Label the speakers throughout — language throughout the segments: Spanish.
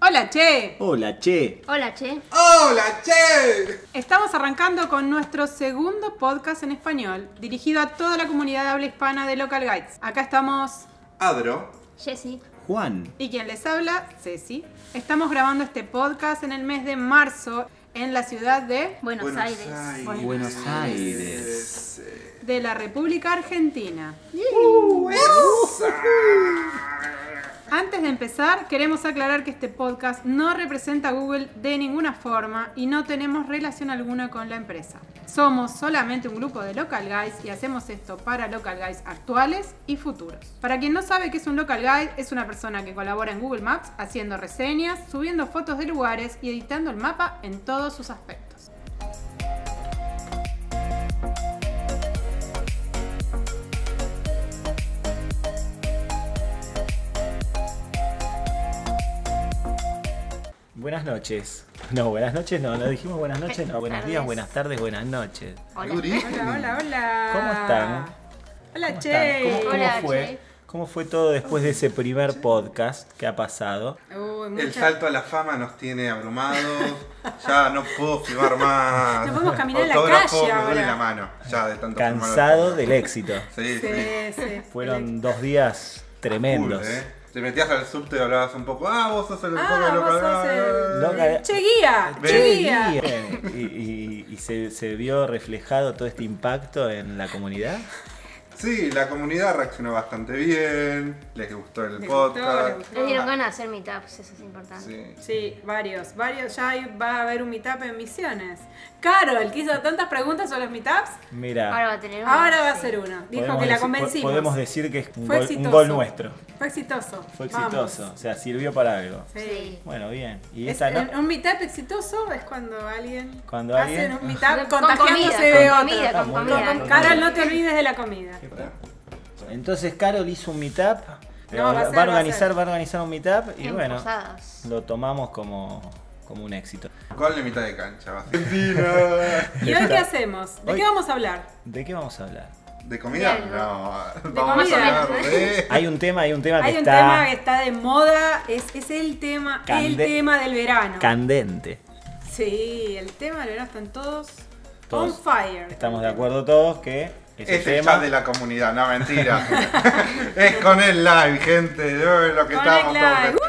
Speaker 1: Hola, che.
Speaker 2: Hola, che.
Speaker 3: Hola, che.
Speaker 4: ¡Hola, che!
Speaker 1: Estamos arrancando con nuestro segundo podcast en español, dirigido a toda la comunidad de habla hispana de Local Guides. Acá estamos
Speaker 4: Adro,
Speaker 3: Jessy.
Speaker 2: Juan.
Speaker 1: y quien les habla, Ceci. Estamos grabando este podcast en el mes de marzo en la ciudad de
Speaker 3: Buenos, Aires.
Speaker 2: Buenos Aires.
Speaker 4: Eh,
Speaker 1: de la República Argentina. Antes de empezar, queremos aclarar que este podcast no representa a Google de ninguna forma y no tenemos relación alguna con la empresa. Somos solamente un grupo de local guys y hacemos esto para local guys actuales y futuros. Para quien no sabe qué es un local guide, es una persona que colabora en Google Maps haciendo reseñas, subiendo fotos de lugares y editando el mapa en todos sus aspectos.
Speaker 2: Buenas noches. No, buenas noches, no, no dijimos buenas noches, no. Buenos días,
Speaker 3: Tardes.
Speaker 2: buenas tardes, buenas noches.
Speaker 3: Hola.
Speaker 4: Yuri.
Speaker 1: Hola, hola, hola.
Speaker 2: ¿Cómo están?
Speaker 1: Hola,
Speaker 2: ¿Cómo
Speaker 1: Che.
Speaker 2: están? ¿Cómo, cómo
Speaker 3: Hola,
Speaker 2: fue?
Speaker 3: che.
Speaker 2: ¿Cómo fue todo después de ese primer podcast que ha pasado?
Speaker 1: Uy,
Speaker 4: El
Speaker 1: muchas-
Speaker 4: salto a la fama nos tiene abrumados. Ya no puedo filmar más.
Speaker 1: No podemos caminar en la
Speaker 4: Autógrafo,
Speaker 1: calle
Speaker 4: Me duele
Speaker 1: ahora.
Speaker 4: la mano. Ya de tanto filmar
Speaker 2: Cansado
Speaker 4: autógrafo.
Speaker 2: del éxito.
Speaker 4: Sí,
Speaker 1: Sí,
Speaker 4: sí.
Speaker 1: sí.
Speaker 2: Fueron dos días tremendos.
Speaker 4: Cool, eh. Te metías al subte y hablabas un poco. Ah, vos sos el
Speaker 1: Ah,
Speaker 4: poco
Speaker 1: vos
Speaker 4: local.
Speaker 1: sos el-
Speaker 2: No, eh, cara-
Speaker 1: Che guía,
Speaker 4: Ve.
Speaker 1: che
Speaker 2: Y,
Speaker 1: guía.
Speaker 2: y- y se, se vio reflejado todo este impacto en la comunidad.
Speaker 4: Sí, la comunidad reaccionó bastante bien. Les gustó el
Speaker 1: Les gustó, les
Speaker 4: podcast.
Speaker 1: gustó.
Speaker 3: Les dieron ganas de hacer meetups, eso es importante.
Speaker 4: Sí.
Speaker 1: Sí, varios, varios. Ya hay- va a haber un meetup en Misiones. Carol, que hizo tantas preguntas sobre los meetups,
Speaker 2: Mira,
Speaker 3: Ahora va a tener uno.
Speaker 1: ahora va a
Speaker 3: sí.
Speaker 1: ser uno. Dijo
Speaker 2: podemos
Speaker 1: que la
Speaker 2: decir- po-
Speaker 1: convencimos.
Speaker 2: podemos decir que es un gol-
Speaker 1: Fue
Speaker 2: un
Speaker 1: exitoso.
Speaker 2: gol nuestro.
Speaker 1: Fue exitoso.
Speaker 2: Fue
Speaker 1: Vamos.
Speaker 2: exitoso, o sea, sirvió para algo.
Speaker 1: Sí.
Speaker 3: Sí.
Speaker 2: Bueno, bien. Y
Speaker 1: Es-
Speaker 2: esta no-
Speaker 1: Un meetup exitoso es cuando alguien
Speaker 2: Cuando
Speaker 1: hace
Speaker 2: alguien-
Speaker 1: un
Speaker 3: Con
Speaker 1: meetup
Speaker 3: comida,
Speaker 1: contagiándose
Speaker 3: con
Speaker 1: de
Speaker 3: comida,
Speaker 1: otro.
Speaker 2: Ah,
Speaker 3: con
Speaker 2: muy
Speaker 3: comida.
Speaker 2: bien.
Speaker 3: Con
Speaker 2: Cara-
Speaker 1: Carol, no te olvides de la comida.
Speaker 2: Entonces Carol hizo un meetup.
Speaker 1: No, va a ser,
Speaker 2: a
Speaker 1: va a
Speaker 2: organizar,
Speaker 1: ser.
Speaker 2: va a organizar un meetup y
Speaker 3: en
Speaker 2: bueno,
Speaker 3: posadas.
Speaker 2: lo tomamos como, como un éxito.
Speaker 4: Gol de mitad de cancha. va a ser. Argentina.
Speaker 1: ¿Y hoy qué hacemos? ¿De
Speaker 2: Hoy-
Speaker 1: qué vamos a hablar?
Speaker 2: ¿de qué vamos a hablar?
Speaker 4: ¿De comida?
Speaker 3: De
Speaker 4: No.
Speaker 1: De
Speaker 4: Vamos
Speaker 1: comida.
Speaker 4: a hablar de.
Speaker 2: Hay un tema, hay un tema
Speaker 1: Hay
Speaker 2: que
Speaker 1: un
Speaker 2: está
Speaker 1: tema que está de moda, es, es el tema, el
Speaker 2: Cande-
Speaker 1: tema del verano.
Speaker 2: candente.
Speaker 1: Sí, el tema del verano están todos,
Speaker 2: Todos.
Speaker 1: on fire.
Speaker 2: Estamos de acuerdo todos que ese
Speaker 4: Este Es el
Speaker 2: tema
Speaker 4: chat de la comunidad, no mentira. es con el live, gente. Yo es lo que
Speaker 1: Con Uh,
Speaker 4: estábamos
Speaker 1: el live.
Speaker 4: todos-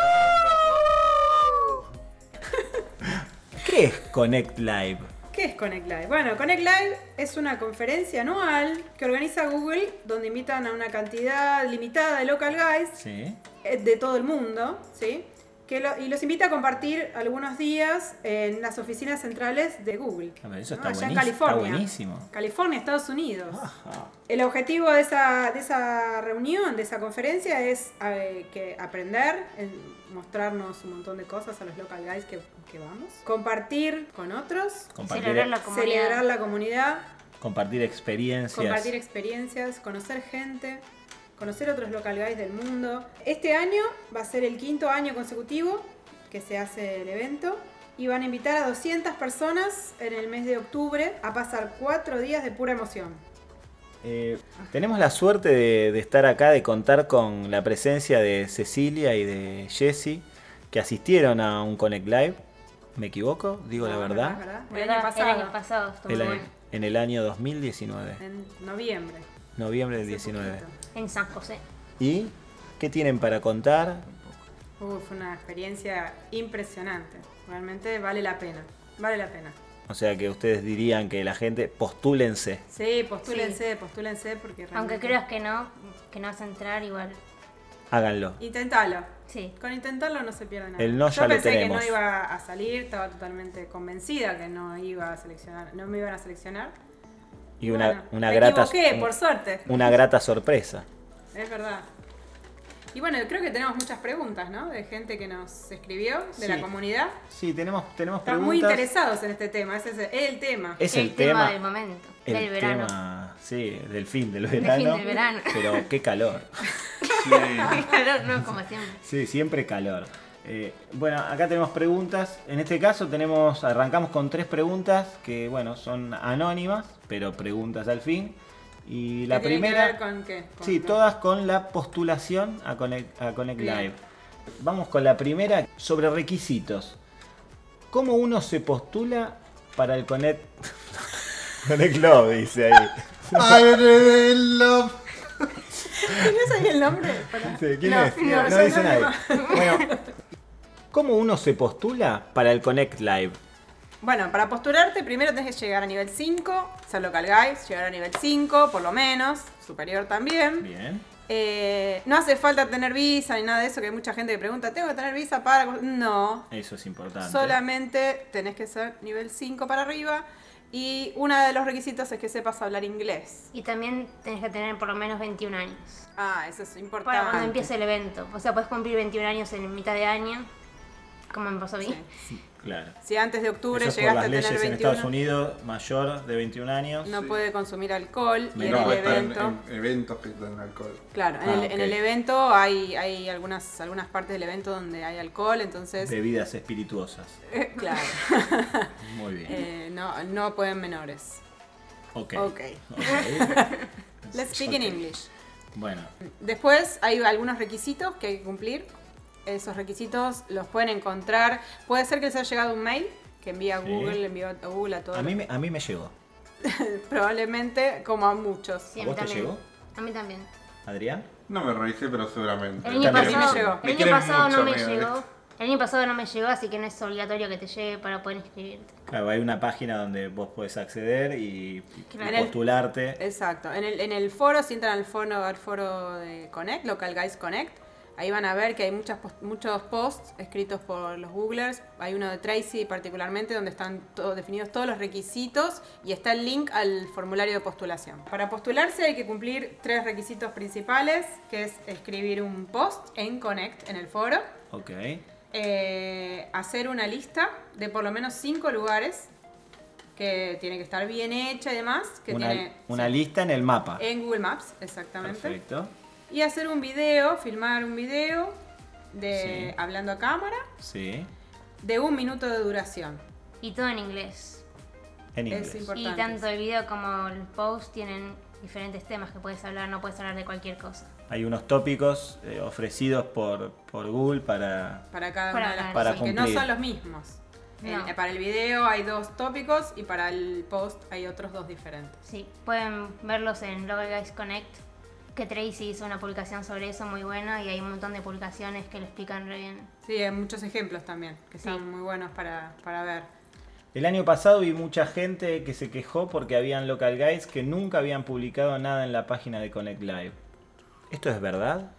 Speaker 2: ¿Qué es Connect Live?
Speaker 1: ¿Qué es Connect Live? Bueno, Connect Live es una conferencia anual que organiza Google donde invitan a una cantidad limitada de local guys
Speaker 2: Sí.
Speaker 1: eh, de todo el mundo, ¿sí? Que lo- y los invita a compartir algunos días en las oficinas centrales de Google.
Speaker 2: Ah, pero Eso
Speaker 1: ¿no?
Speaker 2: está,
Speaker 1: Allá
Speaker 2: buenísimo,
Speaker 1: en
Speaker 2: está
Speaker 1: California.
Speaker 2: buenísimo. Ah.
Speaker 1: California, Estados Unidos.
Speaker 2: Ajá.
Speaker 1: El objetivo de esa, de esa reunión, de esa conferencia, es eh, que aprender, en- mostrarnos un montón de cosas a los local guys que, que vamos, compartir con otros,
Speaker 2: Compartir,
Speaker 3: Celebrar la comunidad.
Speaker 1: celebrar la comunidad,
Speaker 2: compartir experiencias.
Speaker 1: compartir experiencias, conocer gente, conocer otros local guys del mundo. Este año va a ser el quinto año consecutivo que se hace el evento. Y van a invitar a 200 personas en el mes de octubre a pasar cuatro días de pura emoción.
Speaker 2: Eh, tenemos la suerte de, de estar acá, de contar con la presencia de Cecilia y de Jesse, que asistieron a un Connect Live. ¿Me equivoco? Digo la
Speaker 1: No,
Speaker 2: verdad.
Speaker 1: El año pasado.
Speaker 3: El año pasado estuvo
Speaker 2: El año-
Speaker 3: bueno.
Speaker 2: en el año 2019,
Speaker 1: En noviembre.
Speaker 2: noviembre del
Speaker 1: hace
Speaker 2: 19.
Speaker 1: poquito.
Speaker 3: En San José.
Speaker 2: ¿Y qué tienen para contar?
Speaker 1: Uh, fue una experiencia impresionante. Realmente vale la pena. Vale la pena.
Speaker 2: O sea que ustedes dirían que la gente postúlense.
Speaker 1: Sí, postúlense, postúlense porque realmente...
Speaker 3: Aunque creas que no, que no vas a entrar igual.
Speaker 2: Háganlo.
Speaker 1: Intentalo.
Speaker 3: Sí.
Speaker 1: Con intentarlo no se pierde nada.
Speaker 2: El no ya
Speaker 1: Yo
Speaker 2: lo
Speaker 1: pensé que no
Speaker 2: tenemos.
Speaker 1: iba a salir, estaba totalmente convencida que no iba a seleccionar, no me iban a seleccionar.
Speaker 2: Y una,
Speaker 1: Bueno,
Speaker 2: una
Speaker 1: me
Speaker 2: grata,
Speaker 1: equivoqué, por suerte.
Speaker 2: una grata sorpresa.
Speaker 1: Es verdad. Y bueno, creo que tenemos muchas preguntas, ¿no? De gente que nos escribió, de
Speaker 2: Sí.
Speaker 1: la comunidad.
Speaker 2: Sí, tenemos, tenemos
Speaker 1: Están muy interesados en este tema, ese es el tema.
Speaker 2: Es el, tema
Speaker 3: del momento.
Speaker 2: El
Speaker 3: del verano.
Speaker 2: tema, sí, del fin del verano.
Speaker 3: del verano.
Speaker 2: Pero qué calor.
Speaker 4: Sí.
Speaker 3: Calor, no, como siempre.
Speaker 2: Sí, siempre calor. Eh, bueno, acá tenemos preguntas. En este caso tenemos, arrancamos con tres preguntas que, bueno, son anónimas, pero preguntas al fin. Y la
Speaker 1: ¿Que tienen que
Speaker 2: primera,
Speaker 1: ver con qué? Con
Speaker 2: sí,
Speaker 1: lo-
Speaker 2: todas con la postulación a Connect, a Connect
Speaker 1: Bien.
Speaker 2: Live. Vamos con la primera sobre requisitos. ¿Cómo uno se postula para el Connect? Connect Love, dice ahí.
Speaker 4: I love.
Speaker 1: ¿No sabía el nombre? Pará.
Speaker 2: Sí, ¿Quién
Speaker 3: No,
Speaker 2: es?
Speaker 3: no,
Speaker 2: No,
Speaker 3: soy
Speaker 2: dice nadie.
Speaker 3: anónima.
Speaker 2: Bueno, ¿cómo uno se postula para el Connect Live?
Speaker 1: Bueno, para postularte primero tenés que llegar a nivel 5, ser local guys, llegar a nivel 5 por lo menos, superior también.
Speaker 2: Bien.
Speaker 1: Eh, no hace falta tener visa ni nada de eso, que hay mucha gente que pregunta, ¿tengo que tener visa para...? No,
Speaker 2: Eso es importante.
Speaker 1: solamente tenés que ser nivel 5 para arriba y uno de los requisitos es que sepas hablar inglés.
Speaker 3: Y también tenés que tener por lo menos 21 años.
Speaker 1: Ah, eso es importante.
Speaker 3: Para cuando empiece el evento. O sea, puedes cumplir 21 años en mitad de año, como me pasó a mí.
Speaker 1: Sí.
Speaker 2: Claro.
Speaker 1: Si antes de octubre
Speaker 2: Eso es por
Speaker 1: llegaste
Speaker 2: las
Speaker 1: a
Speaker 2: leyes
Speaker 1: tener
Speaker 2: en Estados
Speaker 1: 21,
Speaker 2: Unidos, mayor de 21 años.
Speaker 1: no
Speaker 4: Sí.
Speaker 1: puede consumir alcohol y en
Speaker 2: No,
Speaker 1: el
Speaker 4: está
Speaker 1: evento...
Speaker 4: en eventos que dan alcohol.
Speaker 1: Claro, en,
Speaker 2: Ah,
Speaker 1: el,
Speaker 2: ok.
Speaker 1: en el evento hay, hay algunas, algunas partes del evento donde hay alcohol, entonces...
Speaker 2: Bebidas espirituosas.
Speaker 1: Eh, claro,
Speaker 2: Muy bien.
Speaker 1: eh, no, no pueden menores.
Speaker 2: ok.
Speaker 1: Ok.
Speaker 2: Ok.
Speaker 1: Let's speak in
Speaker 2: Ok.
Speaker 1: English.
Speaker 2: Bueno,
Speaker 1: Después hay algunos requisitos que hay que cumplir. Esos requisitos los pueden encontrar. Puede ser que les haya llegado un mail que envía a
Speaker 2: Sí.
Speaker 1: Google, envió a Google a todos.
Speaker 2: a mí, me- a mí me llegó.
Speaker 1: Probablemente como a muchos.
Speaker 3: Sí, a
Speaker 2: ¿Vos
Speaker 3: mí
Speaker 2: te
Speaker 3: también.
Speaker 2: llegó?
Speaker 3: A mí también.
Speaker 2: ¿Adrián?
Speaker 4: No me revisé, pero seguramente.
Speaker 3: El año
Speaker 2: También me
Speaker 3: pasado,
Speaker 1: llegó.
Speaker 3: el
Speaker 4: Me
Speaker 3: año
Speaker 4: quieren
Speaker 3: pasado
Speaker 4: mucho,
Speaker 3: no me
Speaker 4: amiga,
Speaker 3: llegó.
Speaker 4: ¿viste?
Speaker 3: El año pasado no me llegó, así que no es obligatorio que te llegue para poder inscribirte.
Speaker 2: Claro, hay una página donde vos podés acceder y, y
Speaker 1: Claro.
Speaker 2: postularte.
Speaker 1: Exacto. En el, en el foro, si entran al foro, al foro de Connect, Local Guys Connect, ahí van a ver que hay muchas pos- muchos posts escritos por los Googlers. Hay uno de Tracy particularmente donde están to- definidos todos los requisitos y está el link al formulario de postulación. Para postularse hay que cumplir tres requisitos principales, que es escribir un post en Connect en el foro,
Speaker 2: Ok.
Speaker 1: eh, hacer una lista de por lo menos cinco lugares que tiene que estar bien hecha y demás, que
Speaker 2: Una,
Speaker 1: tiene
Speaker 2: una lista en el mapa.
Speaker 1: en Google Maps, exactamente.
Speaker 2: Perfecto.
Speaker 1: Y hacer un video, filmar un video de
Speaker 2: Sí.
Speaker 1: hablando a cámara
Speaker 2: Sí.
Speaker 1: de un minuto de duración.
Speaker 3: Y todo en inglés.
Speaker 2: En
Speaker 1: Es
Speaker 2: inglés.
Speaker 1: importante.
Speaker 3: Y tanto el video como el post tienen diferentes temas que puedes hablar, no puedes hablar de cualquier cosa.
Speaker 2: Hay unos tópicos eh, ofrecidos por, por Google para.
Speaker 1: Para cada
Speaker 3: Para
Speaker 1: una de las
Speaker 3: cada
Speaker 1: cosas, que no
Speaker 2: cumplir.
Speaker 1: son los mismos.
Speaker 3: No.
Speaker 1: Eh, para el video hay dos tópicos y para el post hay otros dos diferentes.
Speaker 3: Sí, pueden verlos en Local Guys Connect, que Tracy hizo una publicación sobre eso muy buena y hay un montón de publicaciones que lo explican re bien.
Speaker 1: Sí, hay muchos ejemplos también que
Speaker 3: Sí.
Speaker 1: son muy buenos para, para ver.
Speaker 2: El año pasado vi mucha gente que se quejó porque habían local guides que nunca habían publicado nada en la página de Connect Live. ¿Esto es verdad?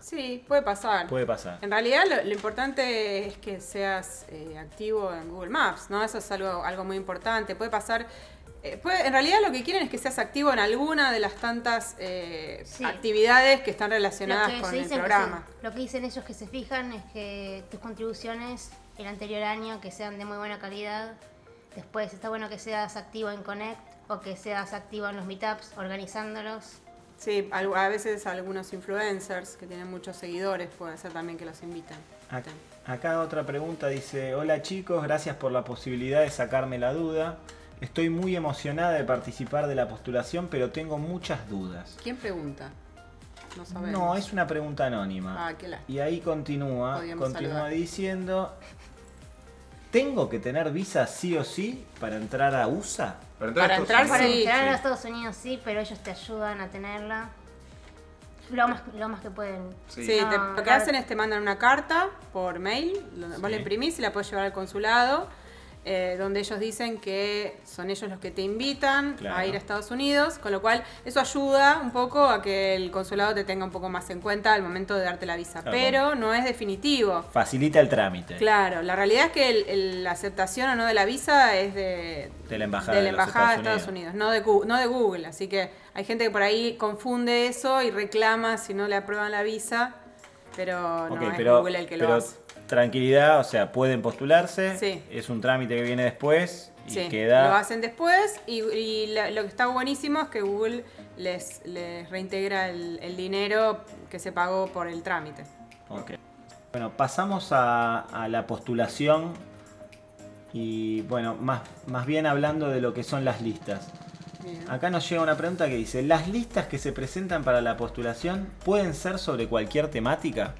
Speaker 1: Sí, puede pasar.
Speaker 2: Puede pasar.
Speaker 1: Ah, En realidad lo, lo importante es que seas eh, activo en Google Maps, ¿no? Eso es algo, algo muy importante. Puede pasar... eh, puede- en realidad lo que quieren es que seas activo en alguna de las tantas eh,
Speaker 3: Sí.
Speaker 1: actividades que están
Speaker 3: Lo
Speaker 1: relacionadas
Speaker 3: que
Speaker 1: con
Speaker 3: se
Speaker 1: el
Speaker 3: dicen que
Speaker 1: programa.
Speaker 3: se- lo que dicen ellos que se fijan es que tus contribuciones el anterior año que sean de muy buena calidad. Después está bueno que seas activo en Connect o que seas activo en los meetups organizándolos.
Speaker 1: Sí, al- a veces algunos influencers que tienen muchos seguidores puede ser también que los invitan.
Speaker 2: Ac- Acá otra pregunta dice, hola chicos, gracias por la posibilidad de sacarme la duda. Estoy muy emocionada de participar de la postulación, pero tengo muchas dudas.
Speaker 1: ¿Quién pregunta? No sabemos.
Speaker 2: No, es una pregunta anónima.
Speaker 1: Ah, qué lástima.
Speaker 2: Y ahí continúa,
Speaker 1: Podríamos
Speaker 2: continúa
Speaker 1: saludar.
Speaker 2: diciendo, ¿tengo que tener visa sí o sí para entrar a USA?
Speaker 4: Para
Speaker 1: Para
Speaker 4: a
Speaker 1: entrar,
Speaker 4: Estados
Speaker 3: Para
Speaker 1: sí.
Speaker 4: Unidos.
Speaker 3: entrar a Estados Unidos sí, pero ellos te ayudan a tenerla lo más, lo más que pueden.
Speaker 4: Sí.
Speaker 1: Sí,
Speaker 3: Ah,
Speaker 1: te- lo que
Speaker 3: claro.
Speaker 1: hacen es te mandan una carta por mail, lo- vos
Speaker 2: Sí.
Speaker 1: la imprimís y la podés llevar al consulado, eh, donde ellos dicen que son ellos los que te invitan
Speaker 2: Claro.
Speaker 1: a ir a Estados Unidos, con lo cual eso ayuda un poco a que el consulado te tenga un poco más en cuenta al momento de darte la visa,
Speaker 2: Claro.
Speaker 1: pero no es definitivo.
Speaker 2: Facilita el trámite.
Speaker 1: Claro, la realidad es que el- el- la aceptación o no de la visa es de,
Speaker 2: De la embajada
Speaker 1: de,
Speaker 2: de los
Speaker 1: embajada de
Speaker 2: Estados
Speaker 1: Estados Unidos, no, de, Gu- no de Google. Así que hay gente que por ahí confunde eso y reclama si no le aprueban la visa, pero no
Speaker 2: Ok,
Speaker 1: es
Speaker 2: pero,
Speaker 1: Google el que lo
Speaker 2: pero
Speaker 1: hace.
Speaker 2: tranquilidad, o sea, pueden postularse,
Speaker 1: Sí.
Speaker 2: es un trámite que viene después y
Speaker 1: Sí,
Speaker 2: queda...
Speaker 1: lo hacen después y, y la- lo que está buenísimo es que Google les, les reintegra el, el dinero que se pagó por el trámite.
Speaker 2: Ok. Bueno, pasamos a, a la postulación y bueno, más, más bien hablando de lo que son las listas.
Speaker 1: Bien.
Speaker 2: Acá nos llega una pregunta que dice, ¿las listas que se presentan para la postulación pueden ser sobre cualquier temática?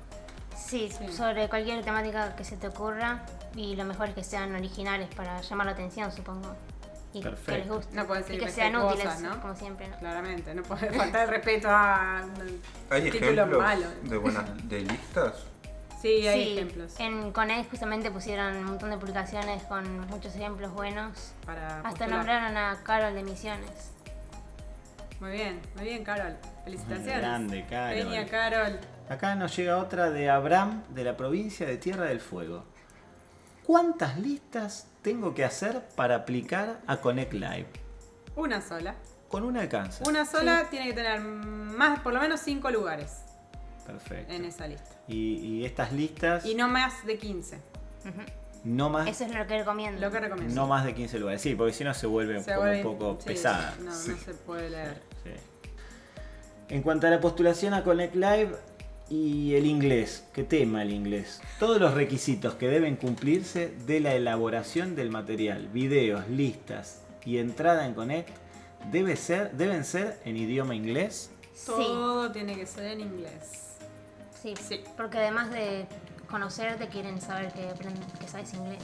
Speaker 3: Sí, sobre cualquier temática que se te ocurra y lo mejor es que sean originales para llamar la atención, supongo. Y que- que les
Speaker 2: Perfecto.
Speaker 3: guste.
Speaker 1: No pueden ser
Speaker 3: y que sean útiles,
Speaker 1: cosas, ¿no?
Speaker 3: como siempre. ¿no?
Speaker 1: Claramente, no puede faltar el respeto a mm,
Speaker 4: ¿Hay
Speaker 1: títulos
Speaker 4: ejemplos
Speaker 1: malos.
Speaker 4: de buenas de listas?
Speaker 1: Sí, hay
Speaker 3: Sí,
Speaker 1: ejemplos.
Speaker 3: En Conex justamente pusieron un montón de publicaciones con muchos ejemplos buenos.
Speaker 1: Para
Speaker 3: Hasta
Speaker 1: postular.
Speaker 3: nombraron a Carol de Misiones.
Speaker 1: Muy bien, muy bien, Carol. Felicitaciones.
Speaker 2: Grande, Carol.
Speaker 1: Peña, Carol.
Speaker 2: Acá nos llega otra de Abraham de la provincia de Tierra del Fuego. ¿Cuántas listas tengo que hacer para aplicar a Connect Live?
Speaker 1: Una sola.
Speaker 2: Con una alcanza.
Speaker 1: Una sola tiene que tener más, por lo menos cinco lugares
Speaker 2: Perfecto.
Speaker 1: en esa lista.
Speaker 2: Y, y estas listas,
Speaker 1: Y
Speaker 2: no,
Speaker 1: no más de 15.
Speaker 3: Ujú.
Speaker 2: más,
Speaker 3: Eso es lo que recomiendo.
Speaker 1: Lo que recomiendo.
Speaker 2: no más de 15 lugares. Sí, porque si no se vuelve
Speaker 1: Se
Speaker 2: como
Speaker 1: vuelve-
Speaker 2: un poco
Speaker 1: sí,
Speaker 2: pesada.
Speaker 1: No, no
Speaker 4: Sí.
Speaker 1: se puede leer.
Speaker 2: Sí. En cuanto a la postulación a Connect Live y el inglés, ¿qué tema el inglés? Todos los requisitos que deben cumplirse de la elaboración del material, videos, listas y entrada en Connect debe ser, deben ser en idioma inglés.
Speaker 3: Sí,
Speaker 1: Todo tiene que ser en inglés.
Speaker 3: sí,
Speaker 1: Sí.
Speaker 3: Porque además de conocerte, quieren saber que, aprend- que sabes inglés.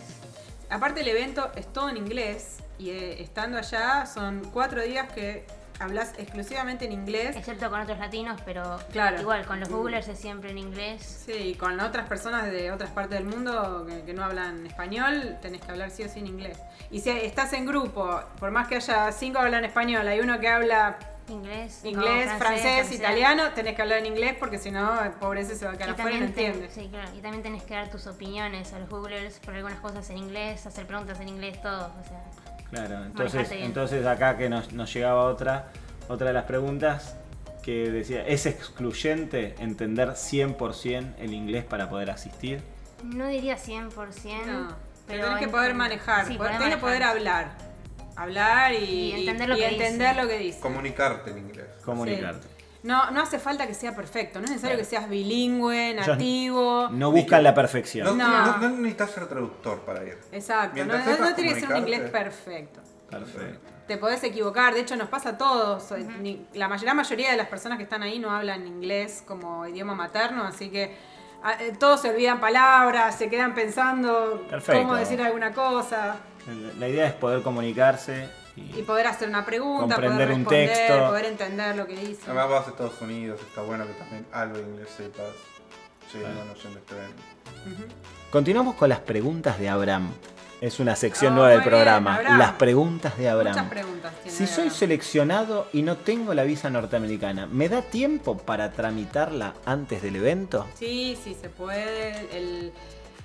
Speaker 1: Aparte el evento es todo en inglés y eh, estando allá son cuatro días que hablas exclusivamente en inglés.
Speaker 3: Excepto con otros latinos, pero
Speaker 1: Claro.
Speaker 3: igual, con los
Speaker 1: Mm.
Speaker 3: googlers es siempre en inglés.
Speaker 1: Sí, y con otras personas de otras partes del mundo que, que no hablan español, tenés que hablar sí o sí en inglés. Y si estás en grupo, por más que haya cinco que hablan español, hay uno que habla
Speaker 3: Inglés, no,
Speaker 1: inglés, francés,
Speaker 3: lo que sea.
Speaker 1: italiano, tenés que hablar en inglés porque si no, el pobre ese se va a quedar
Speaker 3: Y
Speaker 1: afuera y no
Speaker 3: también, ten-
Speaker 1: entiende.
Speaker 3: sí, claro. y también tenés que dar tus opiniones a los googlers por algunas cosas en inglés, hacer preguntas en inglés, todo. O sea,
Speaker 1: Ah,
Speaker 2: Claro, entonces,
Speaker 3: Manejate bien.
Speaker 2: entonces acá que nos, nos llegaba otra, otra de las preguntas que decía, ¿es excluyente entender 100% el inglés para poder asistir?
Speaker 3: no diría 100%,
Speaker 1: No, pero
Speaker 3: pero
Speaker 1: tenés que
Speaker 3: en-
Speaker 1: poder manejar,
Speaker 3: sí,
Speaker 1: poder-
Speaker 3: poder
Speaker 1: tenés que poder
Speaker 3: manejar.
Speaker 1: hablar. Hablar y,
Speaker 3: Y entender lo
Speaker 1: y
Speaker 3: que
Speaker 1: entender
Speaker 3: dice.
Speaker 1: lo que dice.
Speaker 4: Comunicarte en inglés.
Speaker 2: Comunicarte.
Speaker 1: No, no hace falta que sea perfecto, no es necesario
Speaker 2: Claro.
Speaker 1: que seas bilingüe,
Speaker 2: Ellos
Speaker 1: nativo.
Speaker 2: No buscan la perfección.
Speaker 4: No,
Speaker 1: No.
Speaker 4: no- no necesitas ser traductor para ir.
Speaker 1: Exacto, no,
Speaker 4: Mientras
Speaker 1: no- no
Speaker 4: sepas
Speaker 1: tiene que ser un
Speaker 4: comunicarte.
Speaker 1: inglés perfecto.
Speaker 2: Perfecto.
Speaker 1: Te podés equivocar, de hecho nos pasa a todos. eh, ni- La mayor- la mayoría de las personas que están ahí no hablan inglés como idioma materno, así que ah, eh, todos se olvidan palabras, se quedan pensando cómo
Speaker 2: Perfecto.
Speaker 1: decir alguna cosa
Speaker 2: La idea es poder comunicarse y,
Speaker 1: y poder hacer una pregunta,
Speaker 2: Comprender
Speaker 1: poder
Speaker 2: un
Speaker 1: responder,
Speaker 2: texto.
Speaker 1: poder entender lo que dice.
Speaker 4: Además vas a Estados Unidos, está bueno que también algo de inglés sepas. Llegando
Speaker 2: Claro.
Speaker 4: no yendo este evento.
Speaker 2: Continuamos con las preguntas de Abraham. Es una sección
Speaker 1: Ah,
Speaker 2: nueva del
Speaker 1: muy bien,
Speaker 2: programa.
Speaker 1: Abraham.
Speaker 2: Las preguntas de
Speaker 1: Muchas
Speaker 2: Abraham.
Speaker 1: preguntas tiene.
Speaker 2: Si soy
Speaker 1: Abraham.
Speaker 2: seleccionado y no tengo la visa norteamericana, ¿me da tiempo para tramitarla antes del evento?
Speaker 1: Sí, sí, se puede. El,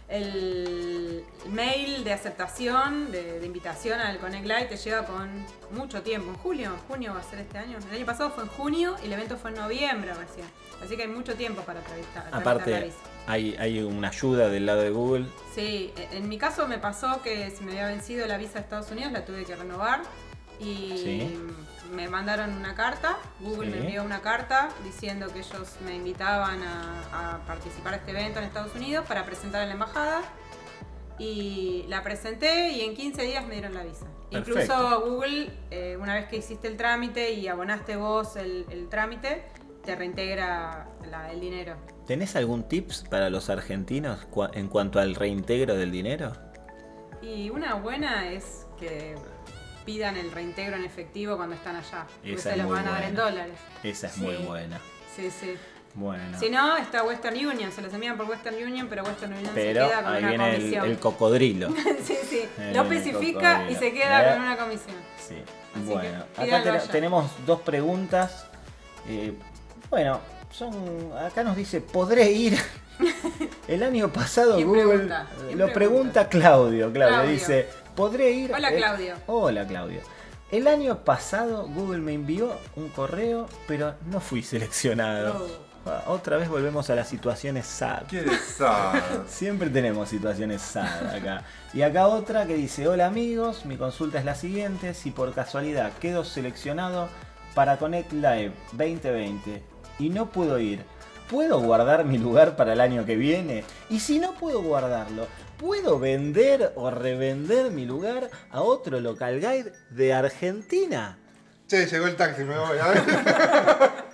Speaker 1: el mail de aceptación, de, de invitación al Connect Live te llega con mucho tiempo. En julio, junio va a ser este año. El año pasado fue en junio y el evento fue en noviembre recién. Así que hay mucho tiempo para tramitar, tramitar la
Speaker 2: Aparte,
Speaker 1: visa.
Speaker 2: hay, hay una ayuda del lado de Google.
Speaker 1: Sí, e- en mi caso me pasó que se me había vencido la visa a Estados Unidos, la tuve que renovar y
Speaker 2: Sí.
Speaker 1: me mandaron una carta, Google
Speaker 2: Sí.
Speaker 1: me envió una carta diciendo que ellos me invitaban a, a participar de este evento en Estados Unidos para presentar en la embajada y la presenté y en 15 días me dieron la visa.
Speaker 2: Perfecto.
Speaker 1: Incluso Google, eh, una vez que hiciste el trámite y abonaste vos el, el trámite, te reintegra la- el dinero.
Speaker 2: ¿Tenés algún tips para los argentinos cua- en cuanto al reintegro del dinero?
Speaker 1: Y una buena es que pidan el reintegro en efectivo cuando están allá. Porque
Speaker 2: Esa
Speaker 1: se
Speaker 2: es
Speaker 1: los
Speaker 2: muy
Speaker 1: van a dar en
Speaker 2: buena.
Speaker 1: dólares.
Speaker 2: Esa es
Speaker 3: Sí.
Speaker 2: muy buena.
Speaker 1: Sí, sí.
Speaker 2: Bueno.
Speaker 1: Si no, está Western Union, se los envían por Western Union, pero Western Union
Speaker 2: Pero
Speaker 1: se queda con
Speaker 2: ahí
Speaker 1: una
Speaker 2: viene el,
Speaker 1: comisión.
Speaker 2: el cocodrilo.
Speaker 1: sí, sí.
Speaker 2: Ahí
Speaker 1: Lo
Speaker 2: viene el
Speaker 1: especifica y
Speaker 2: cocodrilo.
Speaker 1: se queda
Speaker 2: Eh.
Speaker 1: con una comisión.
Speaker 2: Sí.
Speaker 1: Así
Speaker 2: bueno,
Speaker 1: que
Speaker 2: acá
Speaker 1: pídalo
Speaker 2: te-
Speaker 1: allá.
Speaker 2: tenemos dos preguntas. Eh, bueno, son. Acá nos dice, ¿podré ir? El año pasado
Speaker 1: ¿Quién
Speaker 2: Google
Speaker 1: pregunta? ¿Quién
Speaker 2: lo
Speaker 1: pregunta?
Speaker 2: pregunta Claudio. Claudio.
Speaker 1: Claudio.
Speaker 2: dice, ¿podré ir?
Speaker 1: Hola,
Speaker 2: Eh,
Speaker 1: Claudio.
Speaker 2: hola Claudio. El año pasado Google me envió un correo, pero no fui seleccionado. Ah, Otra vez volvemos a las situaciones sad.
Speaker 4: ¿Qué desastre.
Speaker 2: Siempre tenemos situaciones sad acá. Y acá otra que dice, hola amigos, mi consulta es la siguiente, si por casualidad quedo seleccionado para Connect Live 2020 y no puedo ir, ¿puedo guardar mi lugar para el año que viene? Y si no puedo guardarlo, ¿puedo vender o revender mi lugar a otro local guide de Argentina?
Speaker 4: Che, llegó el taxi, me voy. A ver.
Speaker 1: Oh.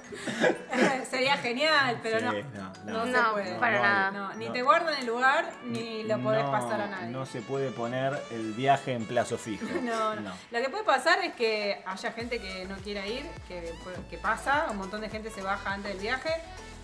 Speaker 1: Sería genial, pero
Speaker 2: Sí,
Speaker 1: no.
Speaker 2: no, no.
Speaker 1: No, se
Speaker 3: No,
Speaker 1: puede.
Speaker 3: para
Speaker 2: No,
Speaker 3: nada.
Speaker 1: No, ni
Speaker 2: No.
Speaker 1: te guardan el lugar ni lo podés pasar a nadie.
Speaker 2: No se puede poner el viaje en plazo fijo.
Speaker 1: No, no. Lo que puede pasar es que haya gente que no quiera ir, que, que pasa, un montón de gente se baja antes del viaje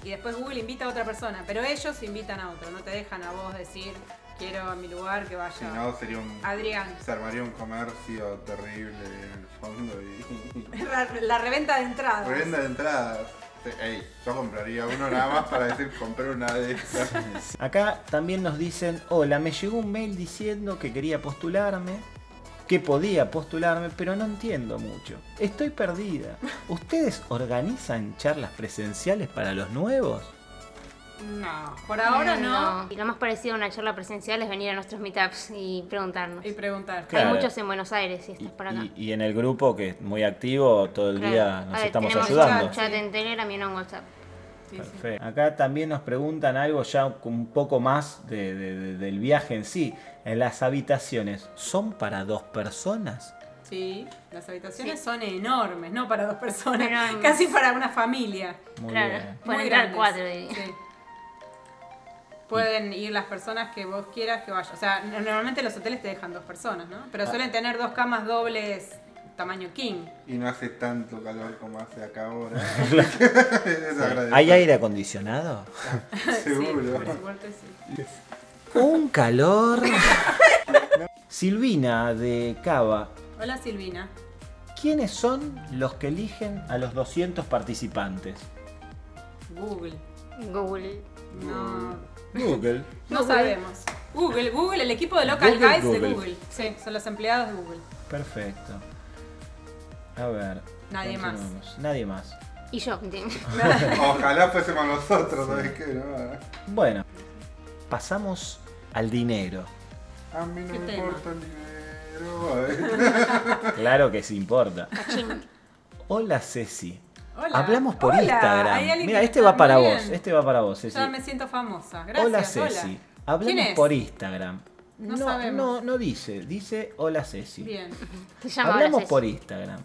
Speaker 1: y después Google invita a otra persona, pero ellos invitan a otro, no te dejan a vos decir quiero a mi lugar que vaya
Speaker 4: Si no, sería un.
Speaker 1: Adrián.
Speaker 4: Se armaría un comercio terrible en el fondo y.
Speaker 1: La, la reventa de entradas.
Speaker 4: Venda de entradas. Sí, Ey, yo compraría uno nada más para decir compré una de esas.
Speaker 2: Acá también nos dicen, hola, me llegó un mail diciendo que quería postularme, que podía postularme, pero no entiendo mucho. Estoy perdida. ¿Ustedes organizan charlas presenciales para los nuevos?
Speaker 1: No, por ahora no.
Speaker 3: Y lo más parecido a una charla presencial es venir a nuestros meetups y preguntarnos.
Speaker 1: Y preguntar.
Speaker 2: Claro.
Speaker 3: Hay muchos en Buenos Aires y estás por acá.
Speaker 2: Y, y en el grupo que es muy activo, todo el
Speaker 3: Claro.
Speaker 2: día nos
Speaker 3: A ver,
Speaker 2: estamos
Speaker 3: tenemos
Speaker 2: ayudando.
Speaker 3: un chat en Telegram y uno en WhatsApp.
Speaker 1: Sí, sí.
Speaker 2: Perfecto. Acá también nos preguntan algo ya un poco más de- de- de- del viaje en sí. En las habitaciones, ¿son para dos personas?
Speaker 1: Sí, las habitaciones son enormes, no para dos personas,
Speaker 3: Enormes.
Speaker 1: casi para una familia.
Speaker 2: Muy
Speaker 3: claro,
Speaker 2: bien.
Speaker 3: pueden
Speaker 1: Muy
Speaker 3: entrar
Speaker 1: grandes.
Speaker 3: cuatro. diría.
Speaker 1: Sí. Pueden ir las personas que vos quieras que vayan. O sea, n- normalmente los hoteles te dejan dos personas, ¿no?
Speaker 2: Ah.
Speaker 1: Pero suelen tener dos camas dobles tamaño king.
Speaker 4: Y no hace tanto calor como hace acá ahora. Es agradable.
Speaker 2: ¿Hay aire acondicionado?
Speaker 1: Sí, por
Speaker 4: Seguro.
Speaker 1: supuesto, sí.
Speaker 2: Un calor. Silvina de Cava,
Speaker 1: Hola Silvina.
Speaker 2: ¿quiénes son los que eligen a los 200 participantes?
Speaker 1: Google.
Speaker 3: Google.
Speaker 1: No,
Speaker 2: Google.
Speaker 1: no sabemos. Google, Google, el equipo de Local
Speaker 2: Google,
Speaker 1: Guys de
Speaker 2: Google.
Speaker 1: Google. Sí, son los empleados de Google.
Speaker 2: Perfecto. A ver.
Speaker 1: Nadie más.
Speaker 2: continuemos. Nadie más.
Speaker 3: Y yo. ¿entiendes?
Speaker 2: Oh,
Speaker 4: Ojalá fuésemos nosotros, ¿sabes qué? No,
Speaker 2: Bueno, pasamos al dinero.
Speaker 4: a mí no
Speaker 1: ¿Qué
Speaker 4: me
Speaker 1: tema?
Speaker 4: importa el dinero. ¿eh?
Speaker 2: Claro que sí importa.
Speaker 3: Cachín.
Speaker 2: Hola Ceci.
Speaker 1: Hola.
Speaker 2: Hablamos por
Speaker 1: Hola, hay
Speaker 2: Instagram.
Speaker 1: alguien
Speaker 2: Mira,
Speaker 1: que
Speaker 2: este
Speaker 1: está
Speaker 2: va para
Speaker 1: muy
Speaker 2: vos.
Speaker 1: bien.
Speaker 2: Este va para vos, Ceci.
Speaker 1: Ya me siento famosa. Gracias.
Speaker 2: hola Ceci.
Speaker 1: ¿Quién
Speaker 2: Hablamos
Speaker 1: es?
Speaker 2: por Instagram.
Speaker 1: No
Speaker 2: no, no,
Speaker 1: sabemos.
Speaker 2: no dice. Dice hola Ceci.
Speaker 1: Bien.
Speaker 3: Se llama ahora
Speaker 2: Hablamos
Speaker 3: Ceci.
Speaker 2: por Instagram.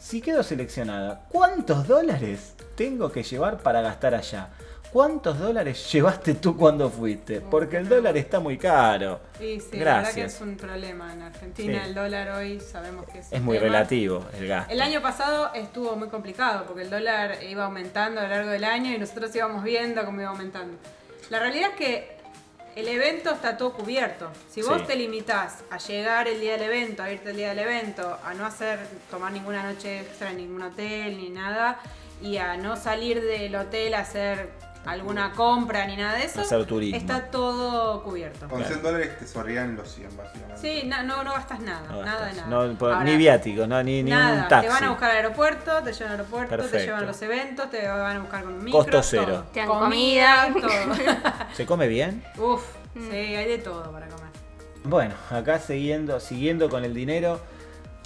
Speaker 2: Si quedo seleccionada, ¿cuántos dólares tengo que llevar para gastar allá? ¿Cuántos dólares llevaste tú cuando fuiste? Porque el dólar está muy caro.
Speaker 1: Sí, sí, la verdad que
Speaker 2: Gracias.
Speaker 1: es un problema en Argentina.
Speaker 2: Sí.
Speaker 1: El dólar hoy sabemos que es un
Speaker 2: Es muy
Speaker 1: tema.
Speaker 2: relativo el gasto.
Speaker 1: El año pasado estuvo muy complicado porque el dólar iba aumentando a lo largo del año y nosotros íbamos viendo cómo iba aumentando. La realidad es que el evento está todo cubierto. Si vos
Speaker 2: Sí.
Speaker 1: te limitás a llegar el día del evento, a irte el día del evento, a no hacer, tomar ninguna noche extra en ningún hotel ni nada, y a no salir del hotel a hacer alguna compra ni nada de eso,
Speaker 2: Hacer turismo.
Speaker 1: está todo cubierto.
Speaker 4: Con 100 dólares te sorrían los 100, básicamente.
Speaker 1: Sí, na- no, no gastas nada,
Speaker 2: No
Speaker 1: nada de
Speaker 2: gastas.
Speaker 1: nada.
Speaker 2: No, por-
Speaker 1: Ahora,
Speaker 2: ni viático, no, ni, ni
Speaker 1: nada,
Speaker 2: un taxi.
Speaker 1: te van a buscar al aeropuerto, te llevan al aeropuerto, te
Speaker 2: Perfecto.
Speaker 1: llevan a los eventos, te van a buscar con un micro,
Speaker 2: Costo cero.
Speaker 1: todo.
Speaker 3: Te dan
Speaker 1: comida,
Speaker 2: ¿Se come bien?
Speaker 1: todo. Uf,
Speaker 3: Mm.
Speaker 1: sí, hay de todo para comer.
Speaker 2: Bueno, acá siguiendo, siguiendo con el dinero,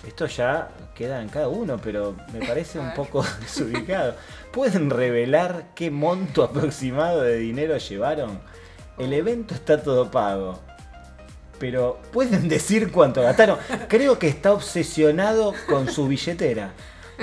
Speaker 2: esto ya queda en cada uno, pero me parece un poco desubicado. ¿Pueden revelar qué monto aproximado de dinero llevaron? El evento está todo pago. Pero ¿pueden decir cuánto gastaron? Creo que está obsesionado con su billetera.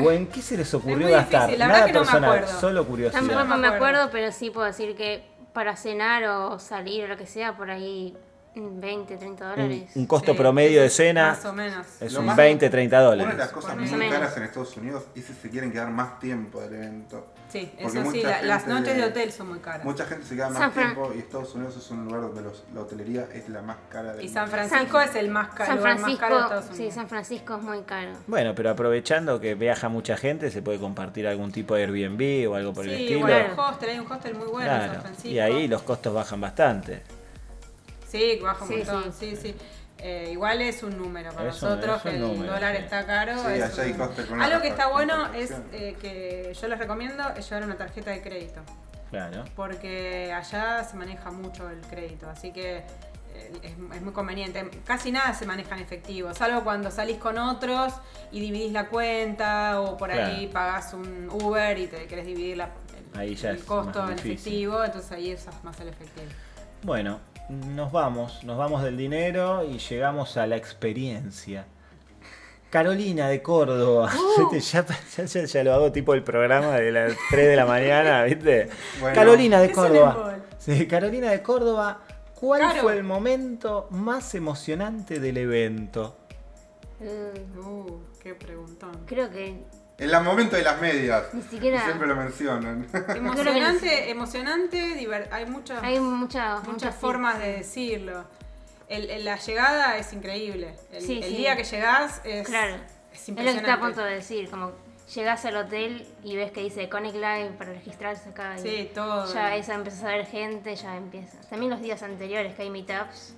Speaker 2: ¿O en qué se les ocurrió
Speaker 1: muy difícil,
Speaker 2: gastar?
Speaker 1: la verdad
Speaker 2: Nada
Speaker 1: que no me
Speaker 2: personal,
Speaker 1: acuerdo.
Speaker 2: solo curiosidad.
Speaker 3: Tampoco
Speaker 1: me
Speaker 3: me
Speaker 1: acuerdo,
Speaker 3: acuerdo, pero sí puedo decir que para cenar o salir o lo que sea, por ahí 20, 30
Speaker 2: Un,
Speaker 3: dólares.
Speaker 2: un costo
Speaker 1: Sí,
Speaker 2: promedio de cena
Speaker 1: Más o menos.
Speaker 2: es
Speaker 4: Lo
Speaker 2: un
Speaker 4: más-
Speaker 2: 20, 30
Speaker 4: Una de
Speaker 2: dólares.
Speaker 4: las cosas
Speaker 3: Más o
Speaker 4: muy
Speaker 3: menos.
Speaker 4: caras en Estados Unidos es si se quieren quedar más tiempo del evento.
Speaker 1: Sí,
Speaker 4: Porque
Speaker 1: eso sí,
Speaker 4: mucha
Speaker 1: la- las
Speaker 4: gente-
Speaker 1: noches de hotel son muy caras.
Speaker 4: Mucha gente se queda más
Speaker 3: San Fran-
Speaker 4: tiempo y Estados Unidos es un lugar donde los- la hotelería es la más cara del
Speaker 1: Y San
Speaker 4: mundo.
Speaker 1: Francisco es el más caro,
Speaker 3: San
Speaker 1: lugar más caro de Estados
Speaker 3: Francisco, sí,
Speaker 1: Unidos.
Speaker 3: San Francisco es muy caro.
Speaker 2: Bueno, pero aprovechando que viaja mucha gente, se puede compartir algún tipo de Airbnb o algo por el
Speaker 1: Sí,
Speaker 2: estilo.
Speaker 1: bueno, un hostel, hay un hostel muy bueno en San
Speaker 2: claro.
Speaker 1: Francisco.
Speaker 2: Y ahí los costos bajan bastante.
Speaker 1: Sí, que baja un
Speaker 3: Sí,
Speaker 1: montón, sí, sí. Eh, igual es un número para
Speaker 2: Es un-
Speaker 1: nosotros,
Speaker 2: es un
Speaker 1: el
Speaker 2: número,
Speaker 1: dólar
Speaker 2: sí.
Speaker 1: está caro.
Speaker 4: Sí,
Speaker 1: es
Speaker 4: allá hay
Speaker 1: un-
Speaker 4: coste con la
Speaker 1: Algo que está
Speaker 4: tarjeta,
Speaker 1: bueno es
Speaker 4: transacción.
Speaker 1: eh, que yo les recomiendo es llevar una tarjeta de crédito,
Speaker 2: Claro.
Speaker 1: porque allá se maneja mucho el crédito, así que eh, es, es muy conveniente. Casi nada se maneja en efectivo, salvo cuando salís con otros y dividís la cuenta o por ahí pagás un Uber y te querés dividir la- el,
Speaker 2: Ahí ya
Speaker 1: el
Speaker 2: es
Speaker 1: costo
Speaker 2: más
Speaker 1: en
Speaker 2: difícil.
Speaker 1: efectivo, entonces ahí usas más el efectivo.
Speaker 2: Bueno, nos vamos, nos vamos del dinero y llegamos a la experiencia. Carolina de Córdoba.
Speaker 1: Uh.
Speaker 2: ¿Viste? Ya, ya- ya- ya lo hago tipo el programa de las 3 de la mañana, ¿viste?
Speaker 4: Bueno.
Speaker 2: Carolina de
Speaker 1: Es un
Speaker 2: Córdoba.
Speaker 1: embol.
Speaker 2: Sí, Carolina de Córdoba, ¿cuál
Speaker 1: Caro.
Speaker 2: fue el momento más emocionante del evento?
Speaker 3: Uh,
Speaker 1: Uh, qué preguntón.
Speaker 3: creo que
Speaker 4: En el momento de las medias.
Speaker 3: Ni siquiera-
Speaker 4: que Siempre lo mencionan.
Speaker 1: Emocionante, emocionante, diver- hay muchas,
Speaker 3: hay muchas,
Speaker 1: muchas formas de decirlo. El- el- la llegada es increíble. El,
Speaker 3: Sí,
Speaker 1: el
Speaker 3: sí.
Speaker 1: día que llegás es,
Speaker 3: Claro.
Speaker 1: es
Speaker 3: Es lo que
Speaker 1: impresionante.
Speaker 3: está a punto de decir, como llegas al hotel y ves que dice Connect Live para registrarse acá. y
Speaker 1: Sí, todo.
Speaker 3: Ya esa empiezas a ver gente, ya empiezas. También los días anteriores que hay meetups,